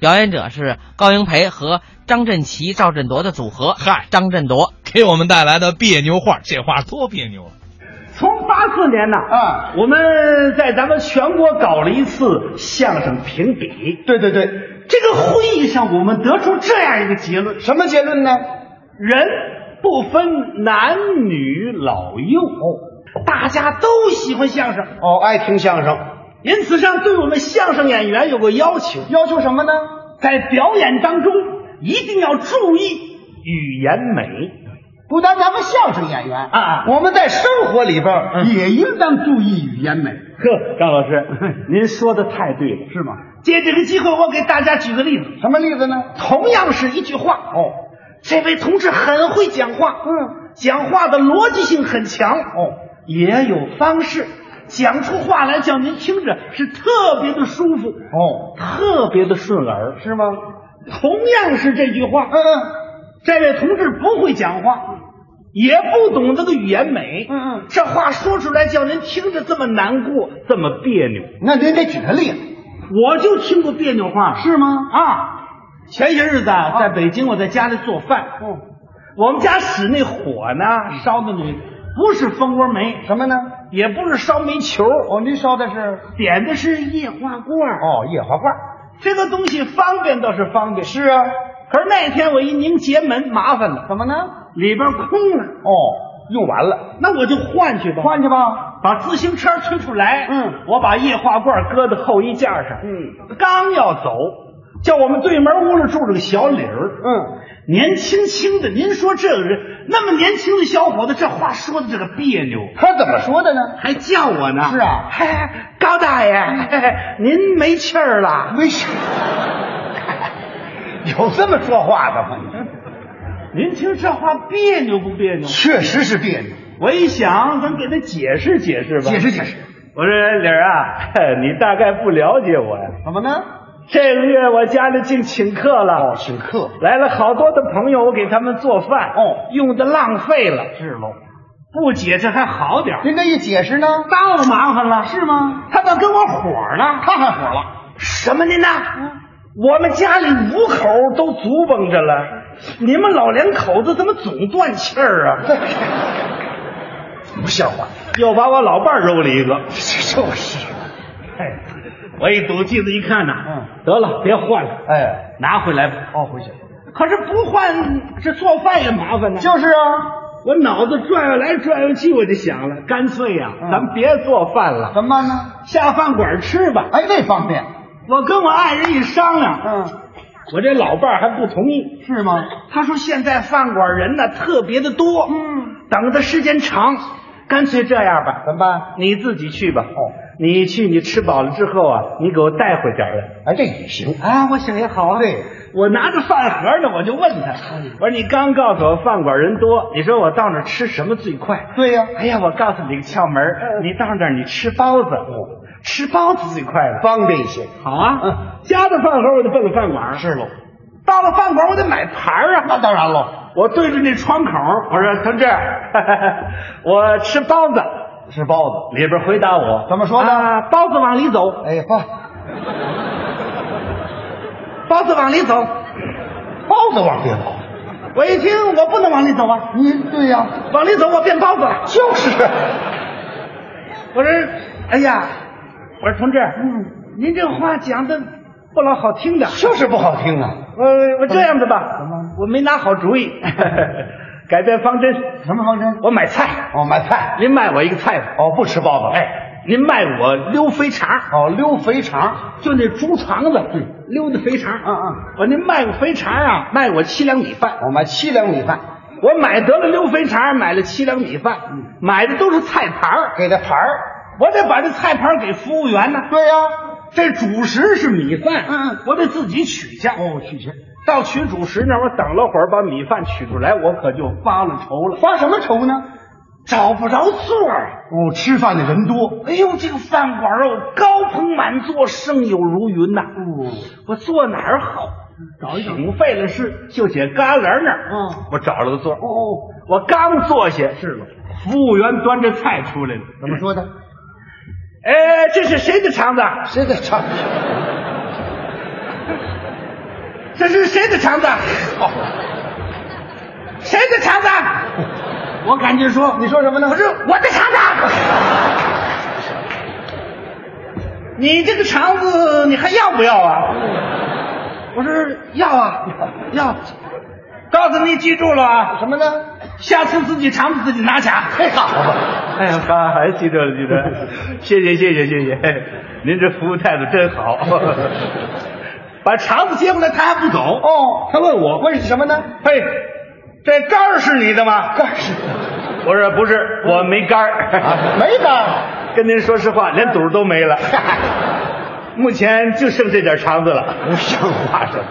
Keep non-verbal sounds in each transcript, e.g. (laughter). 表演者是高英培和张振奇、赵振铎的组合。嗨张振铎，给我们带来的别扭话，这话多别扭啊！从八四年呢，啊，我们在咱们全国搞了一次相声评比。对对对，这个会议上，我们得出这样一个结论：什么结论呢？人不分男女老幼，哦，大家都喜欢相声。哦，爱听相声，因此上对我们相声演员有个要求，要求什么呢？在表演当中一定要注意语言美。不单咱们相声演员啊我们在生活里边儿嗯也应当注意语言美。呵，张老 (laughs) 师，您说的太对了，是吗？借这个机会，我给大家举个例子，什么例子呢？同样是一句话哦，这位同志很会讲话，嗯，讲话的逻辑性很强哦，也有方式，讲出话来叫您听着是特别的舒服哦，特别的顺耳，是吗？同样是这句话，嗯嗯，这位同志不会讲话，也不懂这个语言美，嗯嗯，这话说出来叫人听着这么难过，这么别扭。那您得举个例子。我就听过别扭话，是吗啊，前些日子啊，在北京，我在家里做饭，嗯，我们家使那火呢，烧的那不是蜂窝煤，嗯什么呢？也不是烧煤球，哦，您烧的是点的是液化罐儿。哦野花罐。这个东西方便倒是方便，是啊，可是那天我一拧结门，麻烦了，怎么呢？里边空了，哦，用完了，那我就换去吧，换去吧。把自行车推出来，嗯，我把液化罐搁到后衣架上，嗯，刚要走，叫我们对门屋里住着个小李儿，嗯，年轻轻的，您说这个人那么年轻的小伙子，这话说的这个别扭，他怎么说的呢？还叫我呢，是啊嗯嘿，高大爷，嘿嘿您没气儿了，没事，有这么说话的吗？ (laughs) 您听这话别扭不别扭？确实是别扭，我一想，咱给他解释解释吧，解释解释。我说李儿啊， (laughs) 你大概不了解我呀。怎么呢？这个月我家里净请客了，哦，请客来了好多的朋友，我给他们做饭，哦，用的浪费了。是喽。不解释还好点儿，您这一解释呢，倒麻烦了，是吗？他倒跟我火了，嗯他还火了。什么您呐？我们家里五口都足蹦着了，你们老两口子怎么总断气儿啊？ (laughs) 不像话，又把我老伴儿揉了一个。就是。哎，我一赌气子一看呐，嗯，得了，别换了，哎，拿回来吧。哦，回去。可是不换，这做饭也麻烦呢。就是啊，我脑子转悠来转悠去，我就想了，干脆呀、嗯咱别做饭了，怎么办呢？下饭馆吃吧。哎，那方便。我跟我爱人一商量，嗯，我这老伴儿还不同意。是吗？他说现在饭馆人呢特别的多，嗯，等的时间长，干脆这样吧，怎么办？你自己去吧。哦，你去，你吃饱了之后啊，你给我带回点儿来。哎，这也行。啊，我想也好啊。对，我拿着饭盒呢，我就问他，哎我说你刚告诉我饭馆人多，你说我到那儿吃什么最快？对呀哎呀，我告诉你个窍门儿，你到那儿你吃包子，吃包子最快了。方便一些。好啊，夹着饭盒我就奔了饭馆儿。是喽，到了饭馆儿我得买盘儿啊。那当然喽，我对着那窗口，我说 (laughs) 同志，我吃包子。吃包子。里边回答我怎么说呢啊包子往里走，哎，包包子往里走。包子往里走。我一听，我不能往里走啊，您对呀、往里走我变包子了。就是。 (laughs) 我说，哎呀，我说同志，嗯，您这话讲的不老好听的。就是不好听啊。我我这样的吧，我没拿好主意， (laughs) 改变方针，什么方针？我买菜，哦，买菜。您卖我一个菜吧，哦，不吃包子。哎，您卖我溜肥肠，哦，溜肥肠。就那猪肠子，溜的肥肠。嗯嗯。哦我您卖个肥肠啊，卖我七两米饭。我买七两米饭，我买得了溜肥肠，买了七两米饭，买的都是菜盘儿，给他盘儿。我得把这菜盘儿给服务员呢。对呀、这主食是米饭，嗯，我得自己取去。哦，去去。到取主食那儿，我等了会儿把米饭取出来，我可就发了愁了，发什么愁呢？找不着座儿。啊哦，吃饭的人多。哎呦，这个饭馆哦，高朋满座，生友如云呐、哦，我坐哪儿好？找一找。挺费了事，就写旮旯那儿。嗯，我找了个座儿。哦，我刚坐下，是了，服务员端着菜出来了。怎么说的？哎，这是谁的肠子？谁在唱？这是谁的肠子？哦谁的肠子？我赶紧说，你说什么呢？我是我的肠子。你这个肠子你还要不要啊？我说要啊，要。告诉你，记住了啊，什么呢？下次自己肠子自己拿去啊。哎呀，还还记得了，记得了， (laughs) 谢谢谢谢谢谢，您这服务态度真好。把肠子接过来，他还不走。哦，他问我问什么呢？嘿，这杆儿是你的吗？杆是。我说不是，我没肝 (laughs) 儿，没的，跟您说实话，连肚儿都没 (laughs) 了，目前就剩这点肠子了。不像话似的。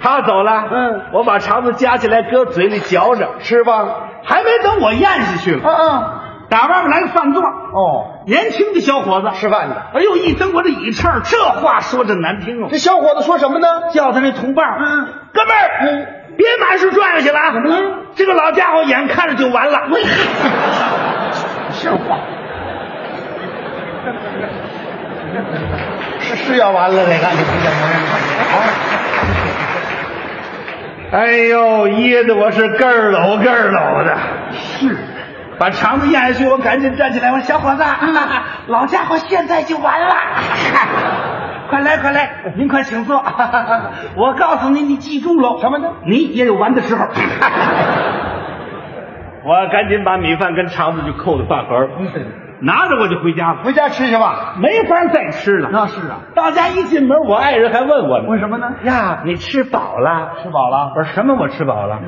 他走了，嗯，我把肠子夹起来搁嘴里嚼着，吃吧。还没等我咽下去嗯了，嗯，打外面来个饭座，哦，年轻的小伙子。吃饭呢。哎呦，一蹬我这椅翅儿，这话说着难听哦。这小伙子说什么呢？叫他那同伴，嗯，哥们儿，嗯别满树转悠去了啊！怎么了？这个老家伙眼看着就完了。喂，像话。 (laughs) 是是啊要完了，这个你不行啊！哎呦，噎得我是咯儿搂咯儿搂的。把肠子咽下去，我赶紧站起来，我说小伙子， (laughs) 老家伙现在就完了。 (laughs) 快来快来，您快请坐。 (laughs) 我告诉你，你记住喽，什么呢？你也有完的 (laughs) 时候。我赶紧把米饭跟肠子就扣在饭盒儿，拿着我就回家了，回家吃去吧。没法再吃了。那是啊，到家一进门，我爱人还问我呢，为什么呢？呀，你吃饱了？吃饱了，嗯我说什么？我吃饱了？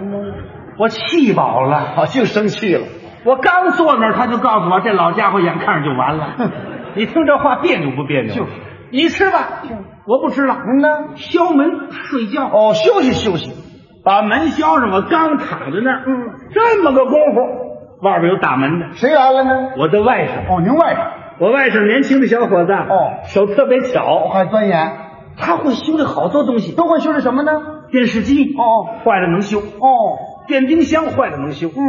我气饱了。好，净生气了。我刚坐那儿，他就告诉我这老家伙眼看着就完了。 (laughs) 你听这话别扭不别扭？就是你吃吧，我不吃了。嗯呢？敲门睡觉，哦，休息休息。把门敲上，我刚躺在那儿，嗯，这么个功夫，外边有打门的，谁来了呢？我的外甥，哦，您外甥，我外甥年轻的小伙子，哦手特别我巧，还钻研，他会修理好多东西，都会修理什么呢？电视机哦坏了能修，哦电冰箱坏了能修，嗯，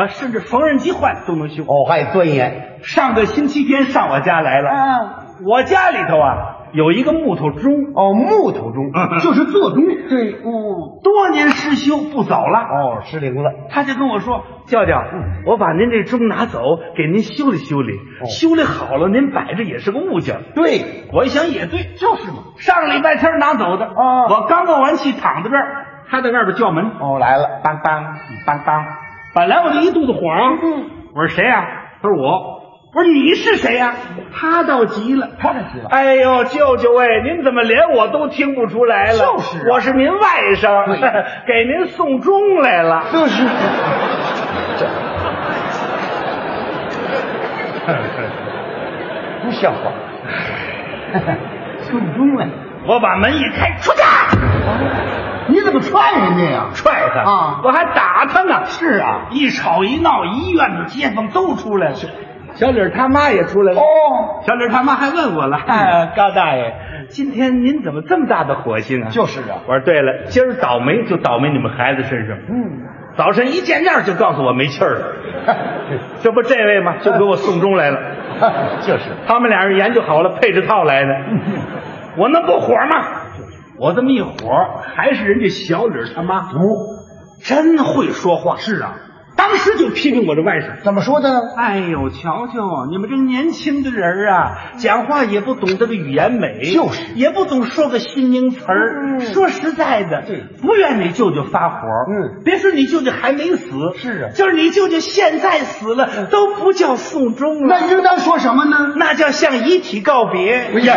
啊，甚至缝纫机坏了都能修。哦，还钻研。上个星期天上我家来了，啊，我家里头啊有一个木头钟，哦，木 (laughs) 头钟就是座钟。对，哦多年失修不早了。哦，失灵了。他就跟我说，叫叫，嗯我把您这钟拿走，给您修理修理，修理好了您摆着也是个物件儿。哦对，我一想也对，就是嘛。上个礼拜天拿走的。啊我刚怄完气躺在这儿，他在外边叫门，哦，来了。梆梆梆梆。本来我就一肚子火啊，嗯，我说谁呀、他说我。我说你是谁呀、他倒急了，他这急了。哎呦，舅舅哎，您怎么连我都听不出来了？就是啊我是您外甥， (laughs) 给您送钟来了。 (laughs) (laughs) 就是，不像话，说不中了。我把门一开，出去！你怎么踹人家呀？踹他啊我还打他呢。是啊，一吵一闹，医院的街坊都出来了。小李儿他妈也出来了。哦，小李他妈还问我了，哎， (laughs) 高大爷，今天您怎么这么大的火性啊？就是啊，我说对了，今儿倒霉就倒霉你们孩子身上。嗯，早晨一见面就告诉我没气儿 (laughs) 了，这不这位吗？就给我送钟来了。就是，嗯他们俩人研究好了配置套来的， (laughs) 我能不火吗？我这么一火，还是人家小李他妈不，真会说话。是啊，当时就批评我这外甥。怎么说的呢？哎呦，瞧瞧你们这年轻的人儿啊，讲话也不懂这个语言美，嗯就是也不懂说个新英词儿。嗯说实在的，对不怨你舅舅发火，嗯，别说你舅舅还没死，是啊嗯就是你舅舅现在死了，都不叫送终了，啊那应当说什么呢？那叫向遗体告别。哎呀，